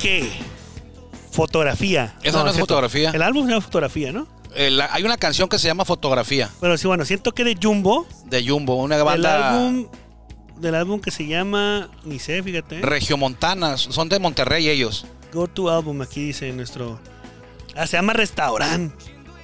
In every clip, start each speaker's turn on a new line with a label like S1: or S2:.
S1: ¿Qué? Fotografía.
S2: Eso no es
S1: cierto.
S2: fotografía.
S1: El álbum se llama fotografía, ¿no?
S2: Eh, la- hay una canción que se llama Fotografía
S1: Pero sí, bueno, siento que de Jumbo,
S2: de Jumbo, una
S1: el
S2: banda
S1: álbum del álbum que se llama, ni sé, fíjate.
S2: regiomontana, son de Monterrey ellos.
S1: Go to Album, aquí dice nuestro. Ah, se llama Restaurant.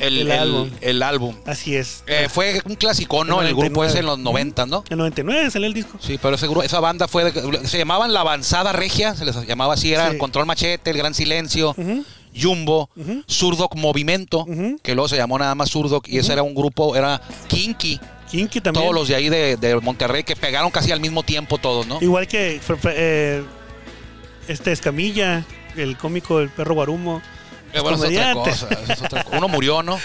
S2: El,
S1: El
S2: el-
S1: álbum. Ah.
S2: el álbum.
S1: Así es.
S2: Eh, fue un clásico, ¿no?
S1: El
S2: El grupo
S1: 99.
S2: es en los 90, ¿no?
S1: En 99 salió el disco.
S2: Sí, pero seguro esa banda fue de- se llamaban la avanzada regia, se les llamaba así, era
S1: Sí.
S2: el control machete, el gran silencio,
S1: Ujú.
S2: Jumbo,
S1: Ujú.
S2: Surdoc Movimiento,
S1: Ujú.
S2: que luego se llamó nada más Surdoc, y ese era un grupo, era Kinky,
S1: Kinky también.
S2: todos los de ahí de, de Monterrey que pegaron casi al mismo tiempo todos, ¿no?
S1: Igual que fr- fr- eh, este Escamilla, el cómico El Perro Guarumo.
S2: Eh, bueno, es otra
S1: comediante.
S2: cosa, es otra cosa. Uno murió, ¿no?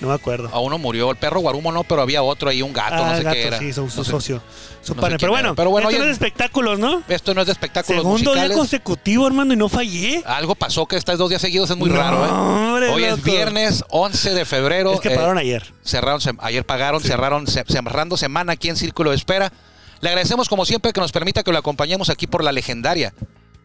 S1: No me acuerdo.
S2: A uno murió, el perro Guarumo no, pero había otro ahí, un gato,
S1: Ah,
S2: Oh, no sé
S1: gato,
S2: qué era.
S1: sí, su, su
S2: No sé.
S1: socio. Su
S2: no sé
S1: partner.
S2: quién
S1: Pero
S2: era.
S1: bueno,
S2: Pero bueno,
S1: estos
S2: oye-
S1: eran espectáculos, ¿no?
S2: Esto no es de espectáculos
S1: Segundo día
S2: musicales.
S1: consecutivo, hermano, y no fallé.
S2: Algo pasó que estos dos días seguidos es muy
S1: No,
S2: raro, ¿eh?
S1: hombre,
S2: Hoy
S1: loco.
S2: es viernes 11 de febrero.
S1: es que
S2: eh,
S1: pararon ayer.
S2: cerraron, sem- ayer pagaron, cerraron, se- cerrando semana aquí en Círculo de Espera. Le agradecemos como siempre que nos permita que lo acompañemos aquí por la legendaria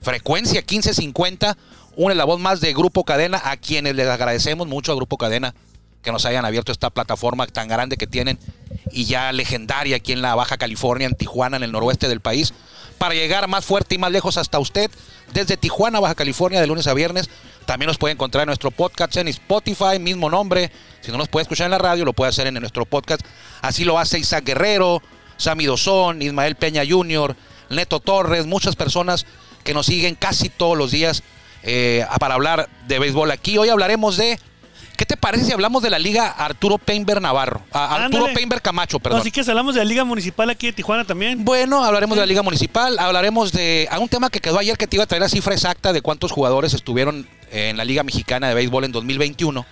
S2: frecuencia 1550, una la voz más de Grupo Cadena, a quienes les agradecemos mucho a Grupo Cadena que nos hayan abierto esta plataforma tan grande que tienen y ya legendaria aquí en la Baja California, en Tijuana, en el noroeste del país, para llegar más fuerte y más lejos hasta usted desde Tijuana, Baja California, de lunes a viernes. También nos puede encontrar en nuestro podcast en Spotify, mismo nombre. Si no nos puede escuchar en la radio, lo puede hacer en nuestro podcast. Así lo hace Isaac Guerrero, Sammy Dosón, Ismael Peña Jr., Neto Torres, muchas personas que nos siguen casi todos los días eh, para hablar de béisbol aquí. Hoy hablaremos de ¿Qué te parece si hablamos de la liga Arturo Peinber Navarro? A- Arturo
S1: Ándale.
S2: Peinber Camacho, perdón.
S1: Así que hablamos de la Liga Municipal aquí de Tijuana también.
S2: Bueno, hablaremos de la liga municipal, hablaremos de a un tema que quedó ayer que te iba a traer la cifra exacta de cuántos jugadores estuvieron en la liga mexicana de béisbol en 2021,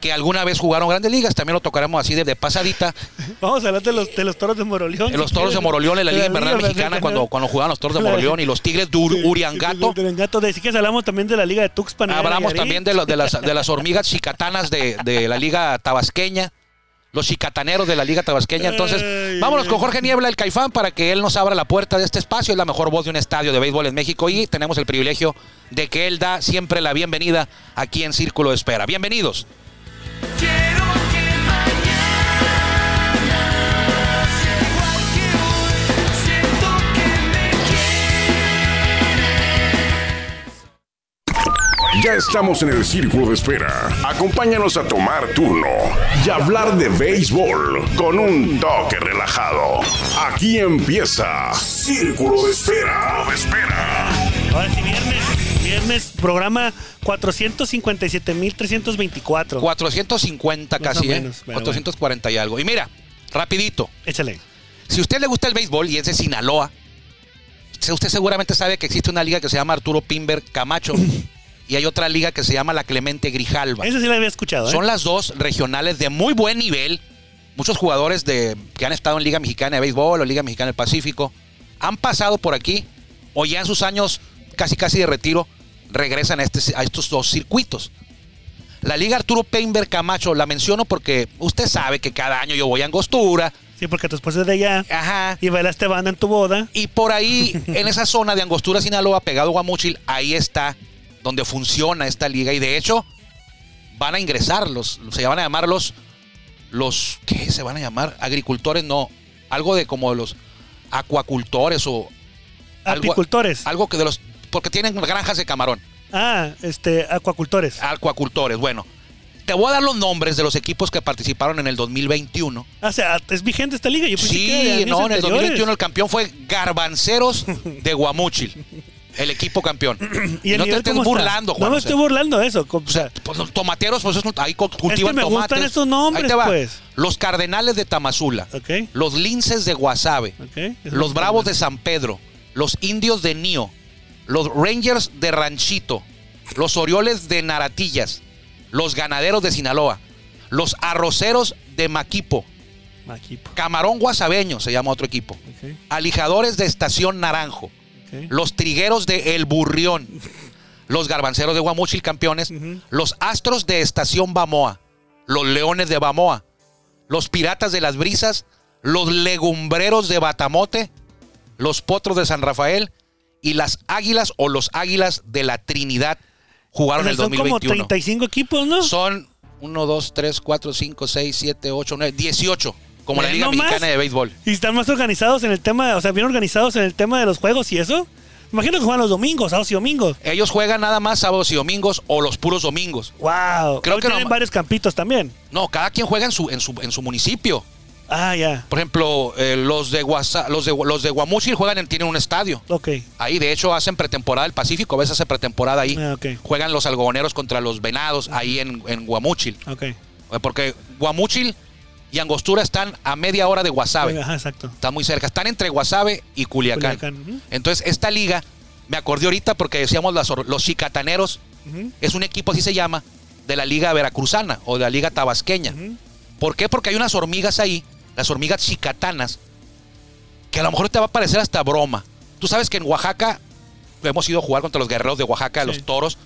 S2: que alguna vez jugaron grandes ligas, también lo tocaremos así de, de pasadita,
S1: Vamos a hablar de los, de los toros de Moroleón.
S2: en los toros de Moroleón en la liga invernal mexicana cuando, cuando jugaban los toros de Moroleón y los tigres de Ur- Uriangato.
S1: Uriangato. De, sí que hablamos también de la Liga de Tuxpan.
S2: Hablamos
S1: Nayarit.
S2: también de, los- de las, de las hormigas chicatanas de, de la Liga Tabasqueña, los chicataneros de la Liga Tabasqueña.
S1: Ay,
S2: Entonces, vámonos
S1: ay.
S2: con Jorge Niebla, el Caifán, para que él nos abra la puerta de este espacio. Es la mejor voz de un estadio de béisbol en México y tenemos el privilegio de que él da siempre la bienvenida aquí en Círculo de Espera. Bienvenidos.
S3: Quiero que mañana sea igual que hoy. Siento que me
S4: Ya estamos en el círculo de espera. Acompáñanos a tomar turno y hablar de béisbol con un toque relajado. Aquí empieza Círculo de Espera. Círculo de espera.
S1: Ahora sí, viernes. Viernes, programa 457.324. Más o
S2: 450 casi, ¿eh?
S1: menos, pero
S2: 440 y algo. Y mira, rapidito.
S1: Échale.
S2: Si a usted le gusta el béisbol y es de Sinaloa, se- usted seguramente sabe que existe una liga que se llama Arturo Pimber Camacho y hay otra liga que se llama la Clemente Grijalva.
S1: Esa sí la había escuchado, ¿eh?
S2: Son las dos regionales de muy buen nivel. Muchos jugadores de, que han estado en Liga Mexicana de Béisbol o Liga Mexicana del Pacífico han pasado por aquí o ya en sus años casi casi de retiro regresan a, este- a estos dos circuitos. La Liga Arturo Peinberg Camacho la menciono porque usted sabe que cada año yo voy a Angostura.
S1: Sí, porque tu esposa es de allá
S2: Eh, Ajá.
S1: y bailaste banda en tu boda.
S2: Y por ahí, en esa zona de Angostura, Sinaloa, pegado a Guamuchil, ahí está donde funciona esta liga. Y de hecho, van a ingresar los, se van a llamar los, los, ¿qué se van a llamar? Agricultores, no, algo de como los acuacultores o algo,
S1: Apicultores.
S2: algo que de los, porque tienen granjas de camarón,
S1: Ah, este, acuacultores.
S2: acuacultores, bueno. Te voy a dar los nombres de los equipos que participaron en el 2021.
S1: Ah, o sea, es vigente esta liga. Yo pensé que era de
S2: Pues Sí,
S1: años
S2: no, en el
S1: anteriores.
S2: 2021 el campeón fue Garbanceros de Guamúchil, el equipo campeón.
S1: ¿Y
S2: Y,
S1: el
S2: no
S1: nivel
S2: te estés
S1: cómo está?
S2: burlando, Juan.
S1: No me
S2: o sea,
S1: estoy burlando de eso. co- O
S2: o
S1: sea,
S2: sea, pues, los tomateros, pues eso- ahí co- cultivan
S1: me gustan
S2: tomates.
S1: estos nombres,
S2: Ahí te va.
S1: pues.
S2: Los Cardenales de Tamazula,
S1: Ok.
S2: los Linces de Guasave,
S1: ok, eso
S2: los
S1: no-
S2: Bravos de San Pedro, los Indios de Nío, los Rangers de Ranchito, los Orioles de Naratillas, los Ganaderos de Sinaloa, los Arroceros de Maquipo,
S1: Aquí, po.
S2: Camarón Guasabeño se llama otro equipo.
S1: Ah, Ok,
S2: Alijadores de Estación Naranjo,
S1: ok.
S2: los Trigueros de El Burrión, los Garbanceros de Guamuchil campeones,
S1: Ujú.
S2: los Astros de Estación Bamoa, los Leones de Bamoa, los Piratas de las Brisas, los Legumbreros de Batamote, los Potros de San Rafael y y las Águilas o los Águilas de la Trinidad jugaron
S1: O sea,
S2: el
S1: son como
S2: 2021.
S1: 35 equipos, ¿no?
S2: Son 1, 2, 3, 4, 5, 6, 7, 8, 9, 18. Como la
S1: Eh,
S2: Liga
S1: ¿no más?
S2: Mexicana de Béisbol.
S1: Y están más organizados en el tema, o sea, bien organizados en el tema de los juegos y eso. Imagino que juegan los domingos, sábados y domingos.
S2: Ellos juegan nada más sábados y domingos o los puros domingos.
S1: Wow.
S2: Creo
S1: Creo
S2: que
S1: que tienen
S2: no-
S1: varios campitos también.
S2: No, cada quien juega en su, en su, en su municipio.
S1: Ah, ya.
S2: Por ejemplo, eh, los de Guasa, los de los de Guamuchil juegan en, tienen un estadio.
S1: Ok.
S2: Ahí, de hecho, hacen pretemporada el Pacífico, a veces hace pretemporada ahí.
S1: Ah, ok.
S2: Juegan los algodoneros contra los venados ahí en, en Guamuchil.
S1: Ok.
S2: Eh, Porque Guamuchil y Angostura están a media hora de Guasave.
S1: Ajá, exacto.
S2: Están muy cerca. Están entre Guasave y Culiacán.
S1: Culiacán, ujú.
S2: Entonces, esta liga, me acordé ahorita porque decíamos las or- los chicataneros,
S1: Ujú,
S2: es un equipo, así se llama, de la Liga Veracruzana o de la Liga Tabasqueña.
S1: ujú.
S2: ¿Por qué? Porque hay unas hormigas ahí, las hormigas chicatanas, que a lo mejor te va a parecer hasta broma. Tú sabes que en Oaxaca hemos ido a jugar contra los guerreros de Oaxaca,
S1: Sí.
S2: los toros,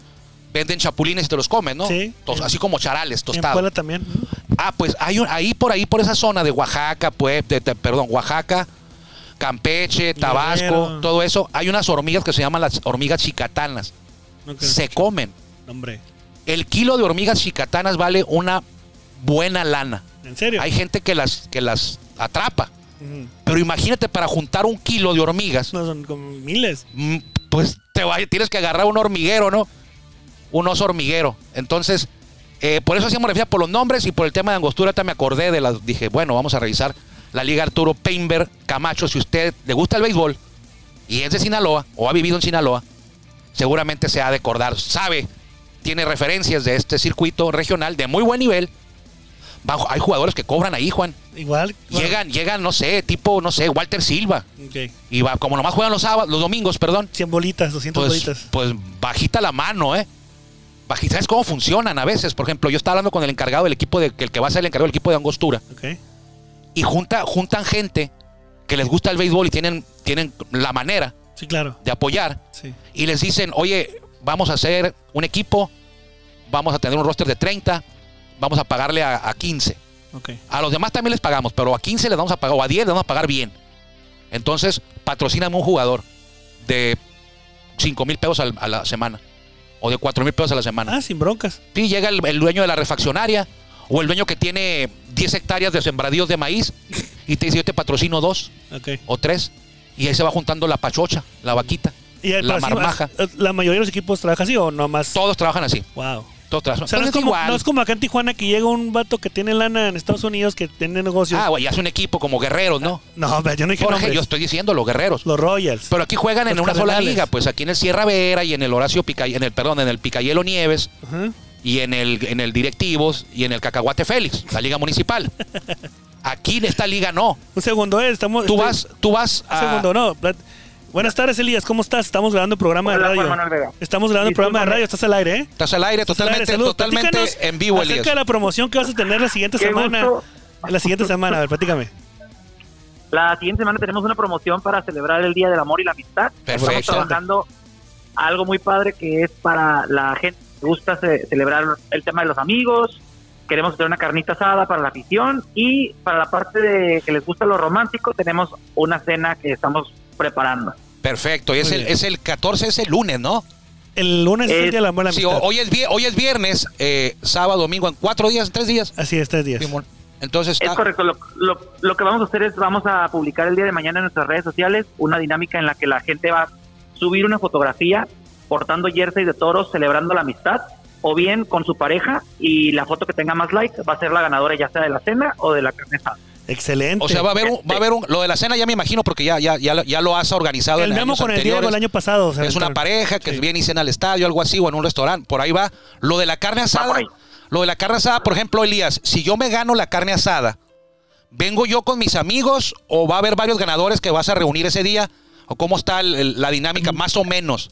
S2: venden chapulines y te los comen, ¿no?
S1: Sí.
S2: Tos- Así como charales,
S1: En
S2: tostados.
S1: Puebla también. ujú.
S2: Ah, pues hay un- ahí por ahí, por esa zona de Oaxaca, pues, de- de- perdón, Oaxaca, Campeche, Tabasco,
S1: Guerrero.
S2: todo eso, hay unas hormigas que se llaman las hormigas chicatanas.
S1: Ok.
S2: Se comen.
S1: Hombre,
S2: El kilo de hormigas chicatanas vale una buena lana.
S1: ¿en serio?
S2: Hay gente que las, que las atrapa.
S1: Ujú.
S2: Pero imagínate para juntar un kilo de hormigas,
S1: No, son como miles.
S2: mm, pues te va- tienes que agarrar un hormiguero, ¿no? Un oso hormiguero. Entonces, eh, por eso hacíamos referencia por los nombres y por el tema de angostura. Ahorita me acordé de las. Dije, bueno, vamos a revisar la Liga Arturo Peinberg Camacho. Si usted le gusta el béisbol y es de Sinaloa o ha vivido en Sinaloa, seguramente se ha de acordar. Sabe, tiene referencias de este circuito regional de muy buen nivel. Va- Hay jugadores que cobran ahí, Juan.
S1: Igual. bueno,
S2: Llegan, llegan, no sé, tipo, no sé, Walter Silva.
S1: Ok.
S2: Y va, como nomás juegan los sábados, los domingos, perdón.
S1: 100 bolitas, 200
S2: Pues,
S1: bolitas.
S2: pues bajita la mano, ¿eh? Bajita, ¿sabes cómo funcionan a veces? Por ejemplo, yo estaba hablando con el encargado del equipo, de, el que va a ser el encargado del equipo de Angostura.
S1: Ok.
S2: Y junta, juntan gente que les gusta el béisbol y tienen, tienen la manera
S1: Sí, claro.
S2: de apoyar.
S1: Sí.
S2: Y les dicen, oye, vamos a hacer un equipo, vamos a tener un roster de 30, vamos a pagarle a- a 15.
S1: Ok.
S2: A los demás también les pagamos, pero a 15 les vamos a pagar, o a 10 les vamos a pagar bien. Entonces, patrocíname un jugador de 5 mil pesos al- a la semana, o de 4 mil pesos a la semana.
S1: Ah, sin broncas.
S2: Y llega el, el dueño de la refaccionaria, o el dueño que tiene 10 hectáreas de sembradíos de maíz, y te dice, yo te patrocino dos
S1: Ok.
S2: o tres, y ahí se va juntando la pachocha, la vaquita,
S1: Y el
S2: la
S1: próximo-
S2: marmaja.
S1: eh, ¿La mayoría de los equipos trabaja así o no más?
S2: Todos trabajan así,
S1: Wow.
S2: todos trabajan
S1: O sea, no es,
S2: Entonces,
S1: como,
S2: pues igual.
S1: no es como acá en Tijuana que llega un vato que tiene lana en Estados Unidos que tiene negocios.
S2: Ah, güey, y hace un equipo como guerreros, ¿no?
S1: no, hombre, yo no Ah, dije
S2: Jorge,
S1: nombres.
S2: yo estoy diciendo los guerreros.
S1: Los Royals.
S2: Pero aquí juegan en
S1: Los
S2: una sola
S1: Cardenales.
S2: liga, pues aquí en el Sierra Vera y en el Horacio Picay, en el perdón, en el Picayelo Nieves
S1: Ajá.
S2: y en el en el Directivos y en el Cacahuate Félix, la liga municipal. Aquí en esta liga no.
S1: Un segundo, eh, estamos.
S2: Tú
S1: estoy-
S2: vas tú vas
S1: Un
S2: a
S1: segundo, no. plat- Buenas tardes, Elías, ¿cómo estás? Estamos grabando programa
S5: Hola,
S1: de radio.
S5: Juan Manuel Vega.
S1: Estamos grabando programa de
S5: Discúlpame.
S1: radio, estás al aire, ¿eh?
S2: estás al aire
S1: Estás al aire,
S2: totalmente
S1: saludos. Platícanos
S2: totalmente en vivo,
S1: Acerca de
S2: Elías.
S1: la promoción que vas a tener la siguiente
S5: Qué
S1: semana.
S5: gusto.
S1: La siguiente semana, a ver, platícame.
S5: La siguiente semana tenemos una promoción para celebrar el Día del Amor y la Amistad. Estamos
S2: Perfecto.
S5: trabajando algo muy padre que es para la gente que gusta ce- celebrar el tema de los amigos. Queremos hacer una carnita asada para la afición y para la parte de que les gusta lo romántico tenemos una cena que estamos preparando.
S2: Perfecto, y es
S1: Muy
S2: el
S1: bien.
S2: es el 14 es el lunes, ¿no?
S1: El lunes es el
S5: Es-
S1: día de la amor y la
S2: Sí,
S1: amistad.
S2: ho- hoy es vie- hoy es viernes, eh, sábado, domingo en cuatro días, en tres días.
S1: Así es, tres días.
S2: Simón. Entonces ah,
S5: Es
S2: está-
S5: correcto, lo, lo- lo que vamos a hacer es vamos a publicar el día de mañana en nuestras redes sociales una dinámica en la que la gente va a subir una fotografía portando jersey de toros celebrando la amistad o bien con su pareja y la foto que tenga más like va a ser la ganadora ya sea de la cena o de la carne asada.
S1: Excelente.
S2: o sea, va a haber un, va a haber un- lo de la cena ya me imagino porque ya ya ya, lo- ya lo has organizado
S1: el
S2: en
S1: memo
S2: años
S1: con el Diego
S2: anteriores.
S1: el año pasado. o sea,
S2: es una
S1: con-
S2: pareja que
S1: Sí.
S2: viene y cena al estadio, algo así, o en un restaurante. Por ahí va. Lo de la carne asada.
S5: por ahí.
S2: Lo de la carne asada, por ejemplo, Elías, si yo me gano la carne asada, ¿vengo yo con mis amigos o va a haber varios ganadores que vas a reunir ese día? ¿O cómo está el- el- la
S1: Mm.
S2: dinámica, más o menos?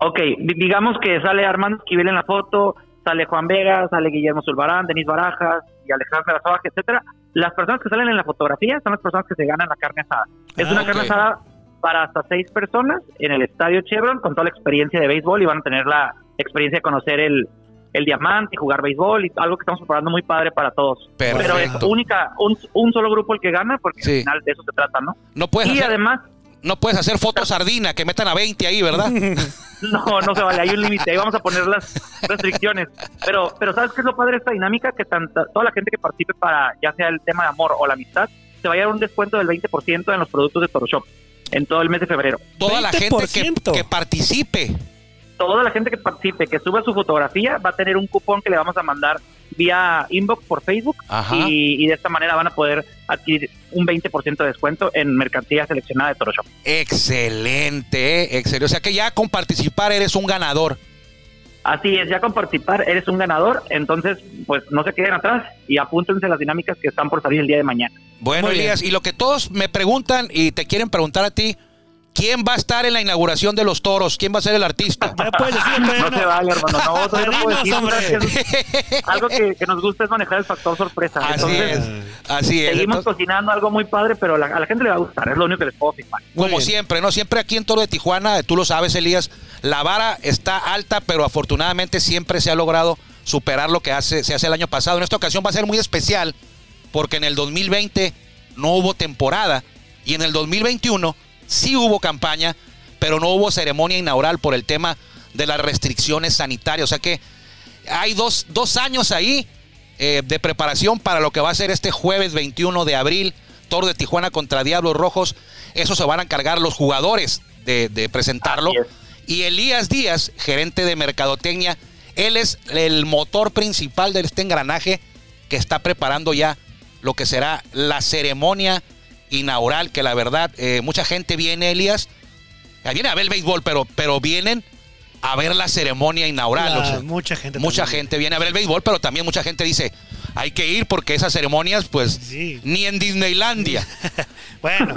S5: Ok, di- digamos que sale Armando Esquivel en la foto, sale Juan Vega, sale Guillermo Zulbarán, Denis Barajas y Alejandra Azoaje, etcétera. Las personas que salen en la fotografía son las personas que se ganan la carne asada. Es
S1: Ah,
S5: una
S2: ok.
S5: carne asada para hasta seis personas en el estadio Chevron con toda la experiencia de béisbol y van a tener la experiencia de conocer el, el diamante, jugar béisbol y algo que estamos preparando muy padre para todos. Pero es
S2: Perfecto.
S5: única, un, un solo grupo el que gana porque
S2: Sí.
S5: al final de eso se trata, ¿no?
S2: No puedes
S5: Y
S2: hacer-
S5: además,
S2: No puedes hacer fotos sardina que metan a 20 ahí, ¿verdad?
S5: No, no se vale, hay un límite, ahí vamos a poner las restricciones. Pero, pero ¿sabes qué es lo padre de esta dinámica? Que tanta, toda la gente que participe para ya sea el tema de amor o la amistad, se va a llevar un descuento del 20% en los productos de Toro Shop en todo el mes de febrero.
S2: Toda la gente que,
S1: 20%.
S2: que participe.
S5: Toda la gente que participe, que suba su fotografía, va a tener un cupón que le vamos a mandar vía inbox por Facebook
S2: Ajá.
S5: y, y de esta manera van a poder adquirir un 20% de descuento en mercancía seleccionada de Toro Shop.
S2: Excelente, eh, excelente. O sea que ya con participar eres un ganador.
S5: Así es, ya con participar eres un ganador, entonces pues no se queden atrás y apúntense a las dinámicas que están por salir el día de mañana.
S2: Bueno,
S1: Muy bien.
S2: Elías, y lo que todos me preguntan y te quieren preguntar a ti, ¿quién va a estar en la inauguración de los toros? ¿Quién va a ser el artista?
S1: Ya puedes decir, Pues hombre,
S5: No
S1: no.
S5: se vale, hermano. No, todavía no puedo decir,
S1: Dinos,
S5: ¿verdad?
S1: hombre.
S5: Que es- Algo que, que nos gusta es manejar el factor sorpresa.
S2: Así
S5: Entonces,
S2: es, así es.
S5: seguimos
S2: Entonces,
S5: cocinando algo muy padre, pero la- a la gente le va a gustar. Es lo único que les puedo firmar.
S1: Muy
S2: como
S1: bien.
S2: siempre, ¿no? Siempre aquí en Toro de Tijuana, tú lo sabes, Elías, la vara está alta, pero afortunadamente siempre se ha logrado superar lo que hace, se hace el año pasado. En esta ocasión va a ser muy especial porque en el 2020 no hubo temporada y en el 2021 sí hubo campaña, pero no hubo ceremonia inaugural por el tema de las restricciones sanitarias. O sea que hay dos, dos años ahí eh, de preparación para lo que va a ser este jueves 21 de abril, Toro de Tijuana contra Diablos Rojos. Eso se van a encargar los jugadores de, de presentarlo.
S5: Así es.
S2: Y Elías Díaz, gerente de Mercadotecnia, él es el motor principal de este engranaje que está preparando ya lo que será la ceremonia inaugural, que la verdad, eh, mucha gente viene, Elías, eh, viene a ver el béisbol, pero, pero vienen a ver la ceremonia inaugural.
S1: La-
S2: o sea,
S1: Ah, mucha gente.
S2: mucha
S1: también.
S2: gente viene a ver el béisbol, pero también mucha gente dice, hay que ir porque esas ceremonias, pues,
S1: Sí.
S2: ni en Disneylandia.
S1: Bueno.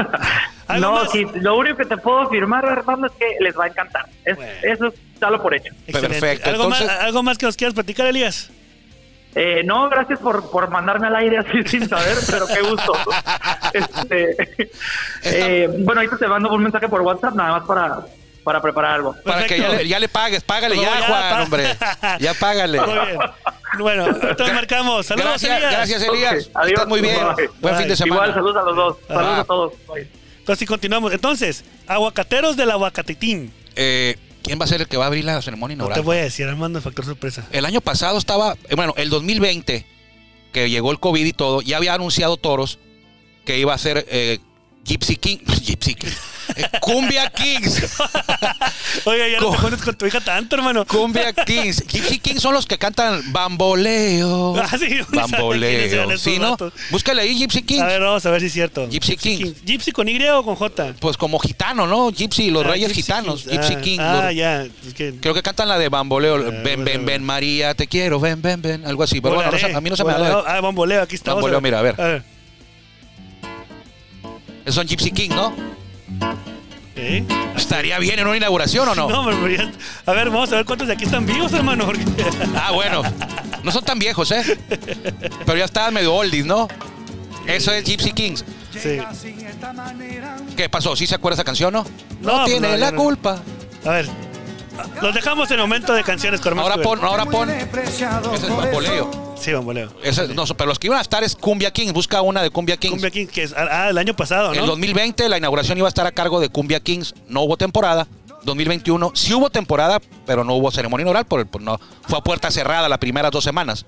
S1: ¿algo
S5: No,
S1: más?
S5: sí, lo único que te puedo firmar, hermano, es que les va a encantar. Es-
S1: Bueno.
S5: Eso es, dalo por hecho.
S1: Excelente.
S2: Perfecto,
S1: ¿Algo, más,
S2: entonces-
S1: ¿Algo más que nos quieras platicar, Elías?
S5: Eh, no, gracias por, por mandarme al aire así sin saber, pero qué gusto. Este, eh, bueno, ahorita te mando un mensaje por WhatsApp nada más para, para preparar algo.
S2: Para que ya
S1: Perfecto.
S2: le, ya le pagues, págale
S1: No,
S2: ya,
S1: ya,
S2: Juan,
S1: pa-
S2: hombre. Ya págale.
S1: Muy bien. Bueno, entonces marcamos. Saludos,
S2: gracias,
S1: Elías.
S2: gracias, eh. Elías.
S5: Ok, adiós.
S2: Estás muy bien.
S5: Bye.
S2: Buen
S1: Bye.
S2: fin de semana.
S5: Igual, saludos a los dos. Saludos
S2: Ah.
S5: a todos. Bye.
S1: Entonces, sí, continuamos. Entonces, aguacateros del aguacatitín.
S2: Eh, ¿Quién va a ser el que va a abrir la ceremonia
S1: No
S2: inaugural?
S1: te voy a decir, Armando, factor sorpresa.
S2: El año pasado estaba, eh, bueno, el 2020, que llegó el COVID y todo, ya había anunciado Toros que iba a ser eh, Gypsy King, Gypsy King, eh, Cumbia Kings,
S1: Oye, ya no te
S2: ¿Cómo?
S1: pones con tu hija tanto, hermano.
S2: Cumbia Kings. Gypsy Kings son los que cantan Bamboleo,
S1: Ah, sí, uno sabe quiénes eran
S2: Bamboleo.
S1: esos
S2: ¿Sí, no?
S1: vatos.
S2: Búscale ahí Gypsy Kings.
S1: A ver, vamos a ver si es cierto.
S2: Gypsy King.
S1: Gypsy con Y o con J.
S2: Pues como gitano, ¿no? Gypsy, los
S1: Ah,
S2: reyes
S1: Gypsy
S2: gitanos,
S1: Kings.
S2: Gypsy
S1: Ah,
S2: King.
S1: Ah,
S2: los-
S1: ya. Es que
S2: Creo que cantan la de Bamboleo, ven,
S1: bueno,
S2: ven, ven,
S1: bueno.
S2: María, te quiero, ven, ven, ven, algo así. Pero bueno, no
S1: volaré,
S2: se- a mí no se me da.
S1: volaré. Ah, bamboleo, aquí está. vamos
S2: Bamboleo, mira, a ver.
S1: A ver.
S2: Esos Son Gypsy King, ¿no?
S1: ¿Eh?
S2: ¿Estaría bien en una inauguración o no?
S1: No, pero ya- a ver, vamos a ver cuántos de aquí están vivos, hermano. porque-
S2: Ah, bueno. No son tan viejos, ¿eh? Pero ya estaban medio oldies, ¿no? Eso es Gypsy Kings.
S1: Sí.
S2: ¿Qué pasó? ¿Sí se acuerda esa canción, no?
S1: No,
S2: No,
S1: pues
S2: tiene
S1: no,
S2: la
S1: yo no.
S2: culpa.
S1: A ver, los dejamos en momento de canciones con más
S2: Ahora
S1: que ver.
S2: pon, ahora pon. Ese es Bamboleo.
S1: Sí, bamboleo.
S2: Ese- no, pero los que iban a estar es Cumbia Kings. Busca una de Cumbia Kings.
S1: Cumbia King, que es ah, el año pasado,
S2: El
S1: ¿no?
S2: 2020 la inauguración iba a estar a cargo de Cumbia Kings, no hubo temporada. 2021 sí hubo temporada, pero no hubo ceremonia oral, por, por no, fue a puerta cerrada las primeras dos semanas.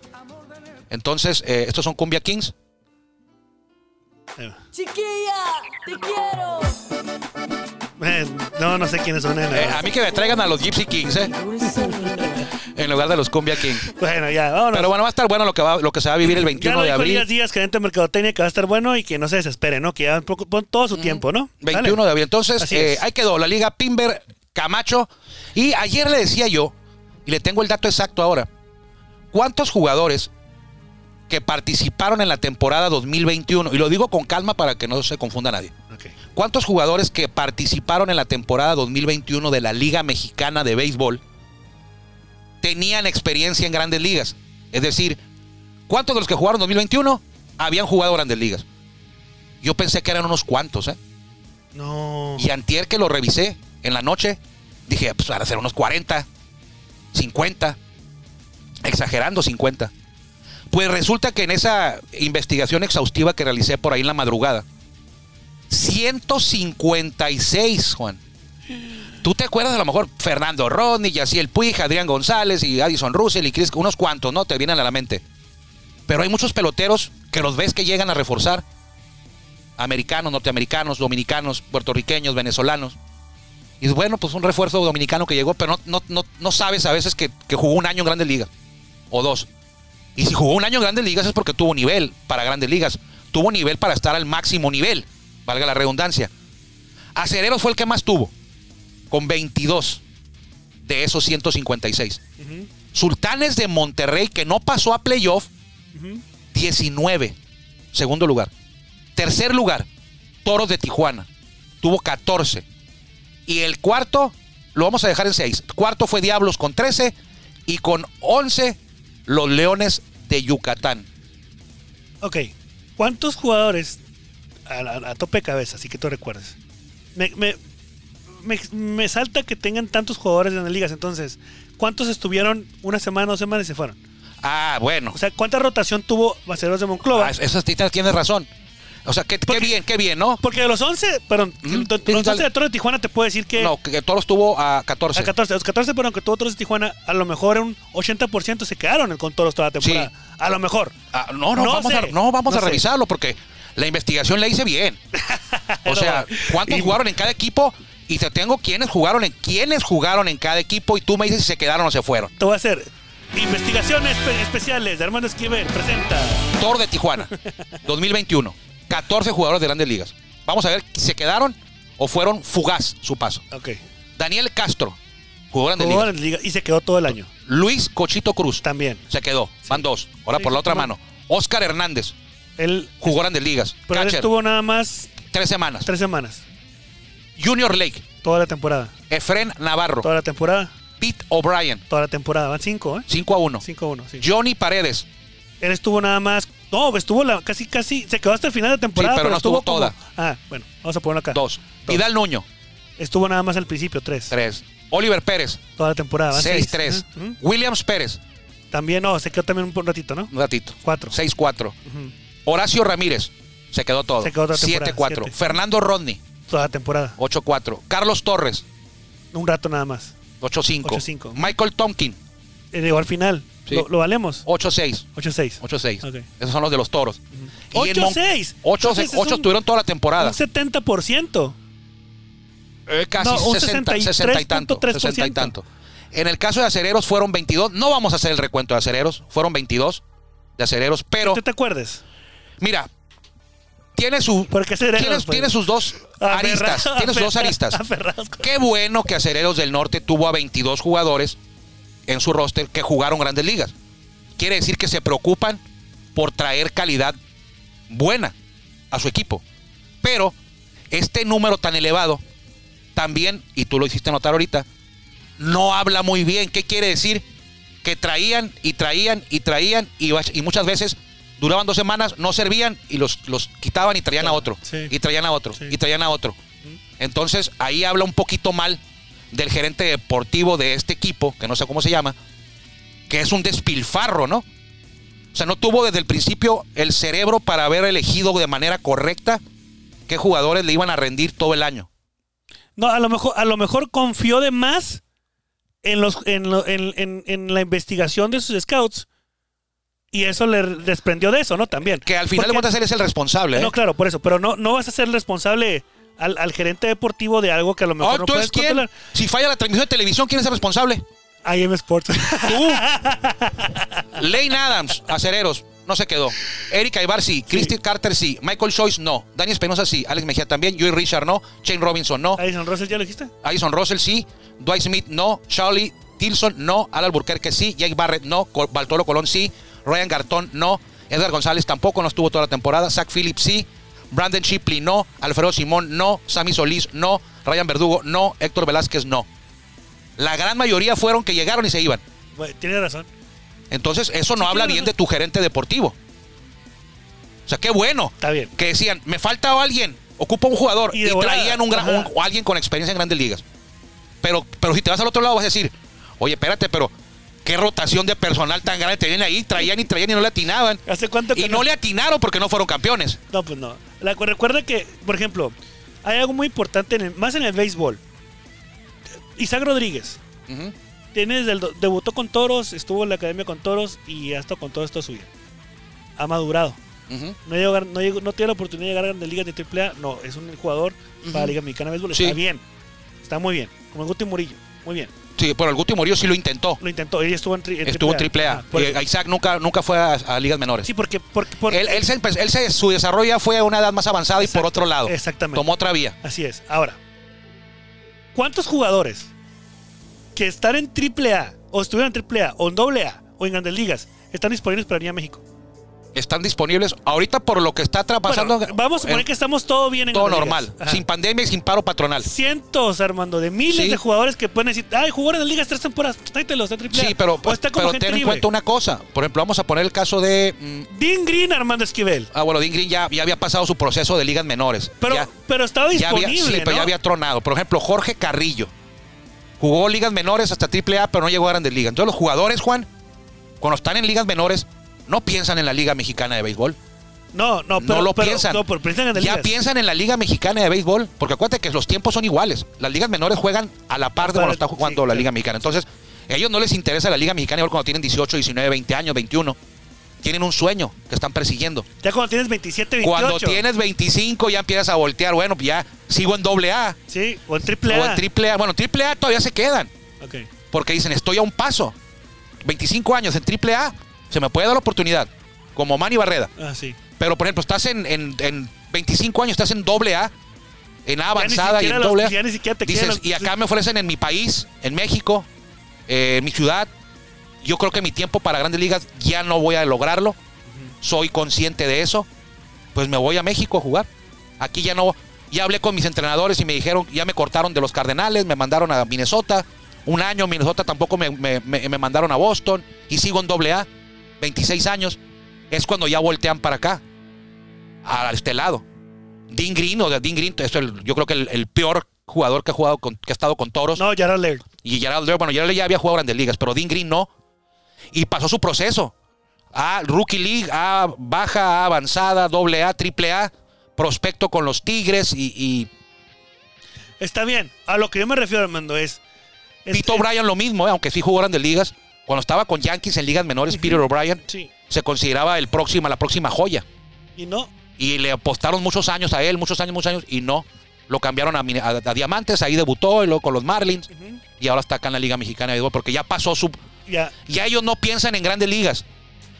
S2: Entonces, eh, estos son Cumbia Kings.
S6: Chiquilla, te quiero.
S1: Eh, no, no sé quiénes son. eh, no.
S2: Eh, a mí que me traigan a los Gypsy Kings, eh, en lugar de los Cumbia Kings.
S1: Bueno, ya, vámonos.
S2: Pero bueno, va a estar bueno lo que, va- lo que se va a vivir el
S1: ya
S2: 21
S1: lo
S2: de
S1: dijo Elías
S2: abril.
S1: Díaz, gerente de Mercadotecnia, que va a estar bueno y que no se desespere, ¿no? Que ya un poco- pon todo su tiempo, ¿no?
S2: 21 de abril. Entonces,
S1: Así
S2: eh,
S1: es.
S2: ahí quedó la Liga Pimber Camacho. Y ayer le decía yo, y le tengo el dato exacto ahora, ¿cuántos jugadores que participaron en la temporada 2021? Y lo digo con calma para que no se confunda nadie.
S1: Dale. Ok.
S2: ¿Cuántos jugadores que participaron en la temporada 2021 de la Liga Mexicana de Béisbol tenían experiencia en grandes ligas? Es decir, ¿cuántos de los que jugaron 2021 habían jugado grandes ligas? Yo pensé que eran unos cuantos, ¿eh?
S1: No.
S2: Y antier que lo revisé en la noche, dije, pues van a ser unos 40, 50, exagerando 50. Pues resulta que en esa investigación exhaustiva que realicé por ahí en la madrugada, 156, Juan. ¿Tú te acuerdas a lo mejor Fernando Rodney, Yaciel Puig, Adrián González y Addison Russell y Chris, unos cuantos, ¿no? Te vienen a la mente. Pero hay muchos peloteros que los ves que llegan a reforzar. Americanos, norteamericanos, dominicanos, puertorriqueños, venezolanos. Y es bueno, pues un refuerzo dominicano que llegó, pero no, no, no, no sabes a veces que, que jugó un año en Grandes Ligas. O dos. Y si jugó un año en Grandes Ligas es porque tuvo nivel para Grandes Ligas. Tuvo nivel para estar al máximo nivel. Valga la redundancia. Acereros fue el que más tuvo. Con 22 de esos 156.
S1: Ujú,
S2: Sultanes de Monterrey, que no pasó a playoff,
S1: ujú.
S2: 19. Segundo lugar. Tercer lugar, Toros de Tijuana. Tuvo 14. Y el cuarto, lo vamos a dejar en 6. Cuarto fue Diablos con 13. Y con 11, los Leones de Yucatán.
S1: Ok. ¿Cuántos jugadores a, la- a tope de cabeza, así que tú recuerdas? Me, me- me- me salta que tengan tantos jugadores en las ligas. Entonces, ¿cuántos estuvieron una semana, dos semanas y se fueron?
S2: Ah, bueno.
S1: O sea, ¿cuánta rotación tuvo Baceros de Monclova?
S2: Ah, eso tienes tienes razón. O sea, qué, qué bien, qué bien, ¿no?
S1: Porque de los 11, perdón,
S2: Mm,
S1: de- de
S2: sí,
S1: los
S2: dale.
S1: 11 de Toro de Tijuana te puedo decir que...
S2: No, que, que Toros tuvo a
S1: A
S2: 14.
S1: 14, los 14, perdón, que tuvo Toros de Tijuana, a lo mejor un 80% se quedaron con Toros toda la temporada. A lo mejor.
S2: Ah, no, no,
S1: No
S2: vamos,
S1: sé.
S2: a, no, vamos
S1: No
S2: a
S1: sé.
S2: revisarlo porque la investigación la hice bien. O
S1: No,
S2: sea,
S1: bueno.
S2: ¿cuántos
S1: Y-
S2: jugaron en cada equipo? Y te tengo quiénes jugaron en quiénes jugaron en cada equipo y tú me dices si se quedaron o se fueron.
S1: Te voy a hacer investigaciones espe- especiales de Armando Esquivel. Presenta.
S2: Tor de Tijuana, 2021. 14 jugadores de grandes ligas. Vamos a ver si se quedaron o fueron fugaz su paso.
S1: Ok.
S2: Daniel Castro, jugó grandes
S1: Jugó
S2: ligas.
S1: en la liga y se quedó todo el año.
S2: Luis Cochito Cruz,
S1: También.
S2: se quedó. Van dos. Ahora
S1: Sí,
S2: por la otra
S1: sí,
S2: mano. Oscar Hernández,
S1: Él,
S2: jugó grandes ligas.
S1: pero él
S2: Catcher,
S1: estuvo nada más
S2: tres semanas.
S1: tres semanas.
S2: Junior Lake,
S1: Toda la temporada.
S2: Efren Navarro,
S1: Toda la temporada.
S2: Pete O'Brien,
S1: Toda la temporada. Van cinco, ¿eh?
S2: 5 a 1.
S1: 5-1, sí.
S2: Johnny Paredes,
S1: Él estuvo nada más. No, estuvo la, casi, casi. Se quedó hasta el final de temporada.
S2: Sí, pero no estuvo
S1: como-
S2: toda.
S1: ah, bueno, vamos a ponerlo acá.
S2: 2.
S1: Dos.
S2: Vidal Nuño,
S1: Estuvo nada más al principio, tres.
S2: 3. Oliver Pérez,
S1: Toda la temporada. van
S2: 6
S1: seis.
S2: 3.
S1: Ujú, ujú.
S2: Williams Pérez,
S1: También, no, se quedó también un ratito, ¿no?
S2: un ratito.
S1: Cuatro.
S2: 6 4.
S1: Ujú.
S2: Horacio Ramírez, se quedó todo.
S1: Se quedó toda la
S2: 7
S1: temporada,
S2: 4.
S1: siete.
S2: Fernando Rodney,
S1: Toda la temporada.
S2: 8 4. Carlos Torres,
S1: Un rato nada más.
S2: 8 5.
S1: Ocho, cinco.
S2: Michael Tompkin,
S1: Eh, Llegó al final.
S2: Sí.
S1: Lo, lo valemos.
S2: 8 6.
S1: 8-6.
S2: 8 6.
S1: Ok.
S2: Esos son los de los toros.
S1: Ocho, seis.
S2: 8
S1: Entonces es un-
S2: estuvieron toda la temporada.
S1: Un 70%.
S2: Eh, casi
S1: No, un
S2: 60, 60 y tanto.
S1: 63.3%.
S2: 60 y tanto. En el caso de acereros fueron 22. No vamos a hacer el recuento de acereros. Fueron 22 de acereros. Pero,
S1: ¿Tú Este te acuerdas?
S2: mira, tiene su.
S1: ¿Por qué Acereros,
S2: tiene-
S1: pues?
S2: tiene sus dos aristas.
S1: Aferra-
S2: Tiene sus dos
S1: aferra-
S2: aristas.
S1: aferrados con-
S2: Qué bueno que Acereros del Norte tuvo a 22 jugadores en su roster que jugaron grandes ligas. Quiere decir que se preocupan por traer calidad buena a su equipo. Pero este número tan elevado también, y tú lo hiciste notar ahorita, no habla muy bien. ¿Qué quiere decir? Que traían y traían y traían y, va- y muchas veces duraban dos semanas, no servían y los, los quitaban y traían a otro.
S1: Sí.
S2: Y traían a otro.
S1: Sí.
S2: Y traían a otro. Entonces ahí habla un poquito mal del gerente deportivo de este equipo, que no sé cómo se llama, que es un despilfarro, ¿no? O sea, no tuvo desde el principio el cerebro para haber elegido de manera correcta qué jugadores le iban a rendir todo el año.
S1: No, a lo mejor, a lo mejor confió de más en, los, en, lo- en- en- en la investigación de sus scouts. Y eso le desprendió de eso, ¿no? También.
S2: Que al final de
S1: Porque-
S2: cuentas él es el responsable. ¿eh?
S1: No, claro, por eso. Pero no, no vas a ser responsable al, al gerente deportivo de algo que a lo mejor
S2: Ah,
S1: no
S2: ¿tú
S1: puedes
S2: es quién?
S1: controlar.
S2: Si falla la transmisión de televisión, ¿quién es el responsable?
S1: IM Sports.
S2: Tú. Lane Adams, acereros, no se quedó. Erika Ibar sí, Christy Carter sí, Michael Choice no, Dani Espinosa sí, Alex Mejía también, Joey Richard no, Shane Robinson no,
S1: Addison Russell, ¿ya lo dijiste?
S2: Addison Russell sí, Dwight Smith no, Charlie Tilson no, Al Alburquerque sí, Jake Barrett no, Col- Bartolo Colón sí, Ryan Gartón no, Edgar González tampoco no estuvo toda la temporada, Zach Phillips sí, Brandon Shipley no, Alfredo Simón no, Sammy Solís no, Ryan Verdugo no, Héctor Velázquez no. La gran mayoría fueron que llegaron y se iban.
S1: Bueno, tiene razón.
S2: Entonces, eso no
S1: Sí,
S2: habla
S1: claro.
S2: bien de tu gerente deportivo. O sea, qué bueno.
S1: Está bien.
S2: Que decían, me falta alguien, ocupa un jugador.
S1: Y
S2: Y,
S1: de volada.
S2: traían un, gran-
S1: Ajá.
S2: un- alguien con experiencia en grandes ligas. Pero, pero si te vas al otro lado, vas a decir, oye, espérate, pero qué rotación de personal tan grande te viene ahí. Traían y traían y no le atinaban.
S1: ¿Hace cuánto que
S2: Y no le atinaron porque no fueron campeones.
S1: No, pues no. La- recuerda que, por ejemplo, hay algo muy importante, en el- más en el béisbol. Isaac Rodríguez.
S2: Ujú.
S1: Tiene desde el do- debutó con toros, estuvo en la academia con toros y ha estado con todos esto suyo. Ha madurado.
S2: Ujú.
S1: No, llegó a gar- no, llegó- no tiene la oportunidad de llegar a grandes ligas ni triple A. No, es un jugador para la Liga Mexicana de Béisbol.
S2: Sí.
S1: Está bien. Está muy bien. Como el Guti Murillo. Muy bien.
S2: Sí, pero el Guti Murillo sí lo intentó.
S1: Lo intentó. Él estuvo en, tri- en
S2: Estuvo en triple
S1: Ajá,
S2: A.
S1: por
S2: Y
S1: eso.
S2: Isaac nunca, nunca fue a, a ligas menores.
S1: sí, porque. porque, porque-
S2: él, él se empe- él se- su desarrollo ya fue a una edad más avanzada y por
S1: Exacto,
S2: otro lado.
S1: exactamente.
S2: Tomó otra vía.
S1: Así es. Ahora, ¿cuántos jugadores que están en triple A o estuvieron en triple A o en doble A o en grandes ligas están disponibles para venir a México?
S2: Están disponibles ahorita por lo que está tra- pasando.
S1: Bueno, vamos a
S2: en-
S1: suponer que estamos todo bien en
S2: todo
S1: grandes
S2: normal,
S1: ligas. Ajá.
S2: sin pandemia y sin paro patronal.
S1: cientos, Armando, de miles
S2: Sí.
S1: de jugadores que pueden decir, ay, jugadores de ligas tres temporadas, tráetelos de triple A.
S2: Sí, pero, pues,
S1: O está como
S2: pero
S1: gente
S2: ten en
S1: libre.
S2: cuenta una cosa. Por ejemplo, vamos a poner el caso de. mm,
S1: Dean Green, Armando Esquivel.
S2: ah, bueno, Dean Green ya, ya había pasado su proceso de ligas menores.
S1: Pero,
S2: ya,
S1: pero estaba
S2: ya
S1: disponible,
S2: había, sí, pero
S1: ¿no?
S2: ya había tronado. Por ejemplo, Jorge Carrillo. Jugó ligas menores hasta AAA, pero no llegó a grandes ligas. Entonces, los jugadores, Juan, cuando están en ligas menores, no piensan en la Liga Mexicana de Béisbol.
S1: No, no, pero,
S2: no lo
S1: pero-
S2: piensan.
S1: No, pero piensan en
S2: ya
S1: las ligas.
S2: piensan en la Liga Mexicana de Béisbol, porque acuérdate que los tiempos son iguales. Las ligas menores juegan a la par de cuando
S1: Para-
S2: está jugando
S1: sí,
S2: la
S1: claro.
S2: Liga Mexicana. Entonces, a ellos no les interesa la Liga Mexicana de Béisbol cuando tienen 18, 19, 20 años, 21. Tienen un sueño que están persiguiendo.
S1: Ya cuando tienes 27, 28.
S2: Cuando tienes 25 ya empiezas a voltear. Bueno, pues ya sigo en doble A
S1: Sí, o en
S2: o
S1: triple A.
S2: en triple A. Bueno, triple A todavía se quedan
S1: Ok.
S2: porque dicen estoy a un paso. 25 años en triple A se me puede dar la oportunidad como Manny Barreda.
S1: Ah, sí.
S2: Pero, por ejemplo, estás en, en- en 25 años, estás en doble A, en A avanzada y
S1: siquiera
S2: en
S1: los-
S2: doble A.
S1: ya ni siquiera te
S2: Dices,
S1: quedan los-
S2: y acá me ofrecen en mi país, en México, eh, en mi ciudad. Yo creo que mi tiempo para grandes ligas ya no voy a lograrlo. Soy consciente de eso. Pues me voy a México a jugar. Aquí ya no. Ya hablé con mis entrenadores y me dijeron, ya me cortaron de los Cardenales, me mandaron a Minnesota. Un año en Minnesota tampoco me, me- me- me mandaron a Boston. Y sigo en doble A, 26 años. Es cuando ya voltean para acá, a este lado. Dean Green, o de Dean Green, es el- yo creo que el, el peor jugador que ha jugado con- que ha estado con toros.
S1: No, Gerard Laird.
S2: Y Gerald Lear, bueno, Gerald Lear ya había jugado grandes ligas, pero Dean Green no. Y pasó su proceso. A Rookie League, a baja, a avanzada, doble A, triple A, prospecto con los Tigres y, y
S1: Está bien. A lo que yo me refiero, Armando, es. es-
S2: Tito
S1: es-
S2: O'Brien lo mismo, eh, aunque sí jugó grandes ligas. Cuando estaba con Yankees en ligas menores, Peter O'Brien
S1: Sí.
S2: se consideraba el próximo, la próxima joya.
S1: Y no.
S2: y le apostaron muchos años a él, muchos años, muchos años, y no. Lo cambiaron a, Min- a- a Diamantes, ahí debutó y luego con los Marlins, y ahora está acá en la Liga Mexicana de Béisbol, porque ya pasó su...
S1: Ya.
S2: Ya ellos no piensan en grandes ligas.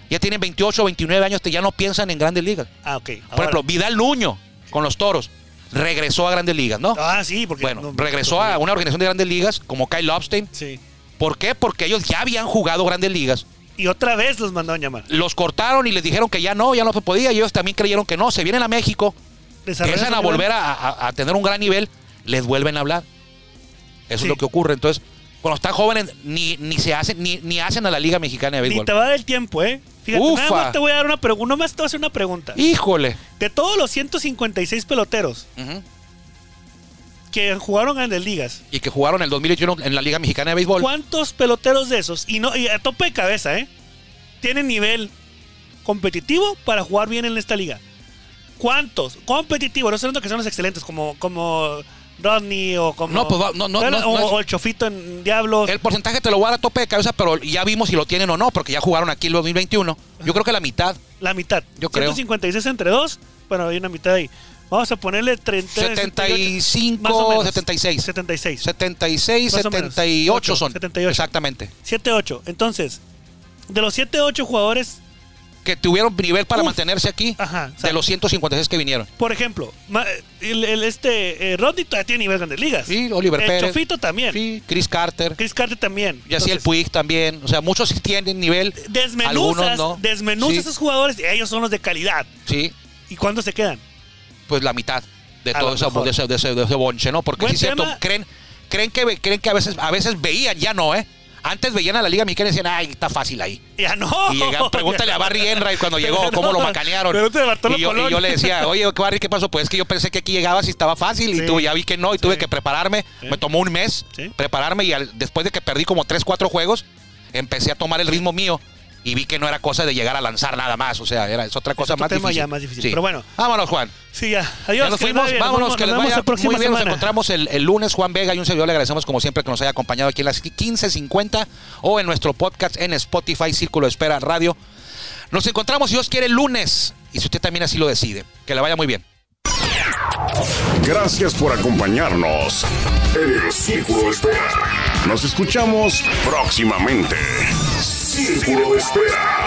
S2: Ya tienen 28, 29 años, que ya no piensan en grandes ligas.
S1: Ah, ok.
S2: Por
S1: Ahora-
S2: ejemplo, Vidal Nuño, con los Toros, regresó a grandes ligas, ¿no?
S1: Ah, sí, porque.
S2: bueno,
S1: no-
S2: regresó a una organización de grandes ligas como Kyle Lobstein.
S1: Sí.
S2: ¿Por qué? Porque ellos ya habían jugado grandes ligas
S1: Y otra vez los mandaron llamar.
S2: los cortaron y les dijeron que ya no, ya no se podía. Y ellos también creyeron que no. Se vienen a México,
S1: Desarrollan
S2: empiezan a
S1: un gran-
S2: volver a, a- a tener un gran nivel, les vuelven a hablar. Eso
S1: Sí.
S2: es lo que ocurre. Entonces, cuando están jóvenes, ni, ni se hacen, ni, ni hacen a la Liga Mexicana de
S1: Ni
S2: Béisbol.
S1: te va a dar el tiempo, ¿eh? Fíjate, nada
S2: Ufa.
S1: más te voy a dar una pregunta. Nada más te voy a hacer una pregunta.
S2: Híjole.
S1: De todos los 156 peloteros
S2: Ujú.
S1: que jugaron en las ligas,
S2: Y que jugaron en el 2021 en la Liga Mexicana de Béisbol.
S1: ¿cuántos peloteros de esos, y, no, y a tope de cabeza, ¿eh? Tienen nivel competitivo para jugar bien en esta liga? ¿Cuántos? Competitivos, no son que son los excelentes, como, como Rodney o como.
S2: No, pues va- no, no,
S1: o,
S2: no, no es-
S1: o el Chofito en Diablos.
S2: El porcentaje te lo voy a dar a tope de cabeza, pero ya vimos si lo tienen o no, porque ya jugaron aquí el 2021. Yo creo que la mitad,
S1: La mitad.
S2: Yo creo.
S1: 156 entre dos. Bueno, hay una mitad ahí. Vamos a ponerle 30,
S2: 75,
S1: más o menos.
S2: 76.
S1: 76.
S2: 76,
S1: Más o menos.
S2: 78
S1: Ocho,
S2: son.
S1: 78.
S2: Exactamente.
S1: 7-8. Entonces, de los 7-8 jugadores,
S2: que tuvieron nivel para
S1: Uf.
S2: mantenerse aquí
S1: Ajá,
S2: de
S1: exacto.
S2: los 156 que vinieron.
S1: por ejemplo, ma- el, el- este eh, Rodney todavía tiene nivel grandes ligas.
S2: Sí, Oliver
S1: el
S2: Pérez.
S1: Chofito también.
S2: Sí, Chris Carter,
S1: Chris Carter también.
S2: y así el
S1: Entonces,
S2: Puig también. O sea, muchos sí tienen nivel.
S1: Desmenuzas,
S2: algunos no.
S1: desmenuzas
S2: Sí,
S1: a esos jugadores y ellos son los de calidad.
S2: sí,
S1: ¿Y cuándo se quedan?
S2: pues la mitad de
S1: A
S2: todo
S1: lo
S2: esa-
S1: mejor.
S2: de ese, de ese- de ese bonche, ¿no? Porque
S1: Buen
S2: sí es cierto,
S1: tema.
S2: creen, creen que ve- creen que a veces, a veces veían, ya no, ¿eh? Antes veían a la Liga Mexicana y decían, ay, está fácil ahí.
S1: Ya no.
S2: Y llegan, pregúntale a Barry Enright cuando llegó, cómo lo macanearon.
S1: Pregúntale a este Bartolo
S2: Y yo, y
S1: Colón.
S2: yo le decía, oye, Barry, ¿qué pasó? Pues es que yo pensé que aquí llegabas y estaba fácil,
S1: Sí.
S2: y tú ya vi que no, y tuve
S1: Sí.
S2: que prepararme.
S1: Sí.
S2: Me tomó un mes
S1: Sí.
S2: prepararme, y al- después de que perdí como 3, 4 juegos, empecé a tomar el ritmo mío y vi que no era cosa de llegar a lanzar nada más. O sea, era, es otra cosa
S1: otro
S2: más,
S1: tema
S2: difícil.
S1: ya más difícil,
S2: Sí.
S1: pero bueno.
S2: Vámonos, Juan.
S1: Sí, ya.
S2: Ya
S1: Adiós.
S2: nos
S1: que les
S2: fuimos,
S1: vaya bien.
S2: vámonos, que les
S1: nos vemos
S2: vaya
S1: la próxima
S2: muy bien. Nos
S1: semana.
S2: encontramos el, el lunes, Juan Vega y un servidor. Le agradecemos como siempre que nos haya acompañado aquí en las 15.50 o en nuestro podcast en Spotify, Círculo de Espera Radio. Nos encontramos, si Dios quiere, el lunes. Y si usted también así lo decide. Que le vaya muy bien.
S4: Gracias por acompañarnos en el Círculo de Espera. Nos escuchamos próximamente. Círculo de Espera.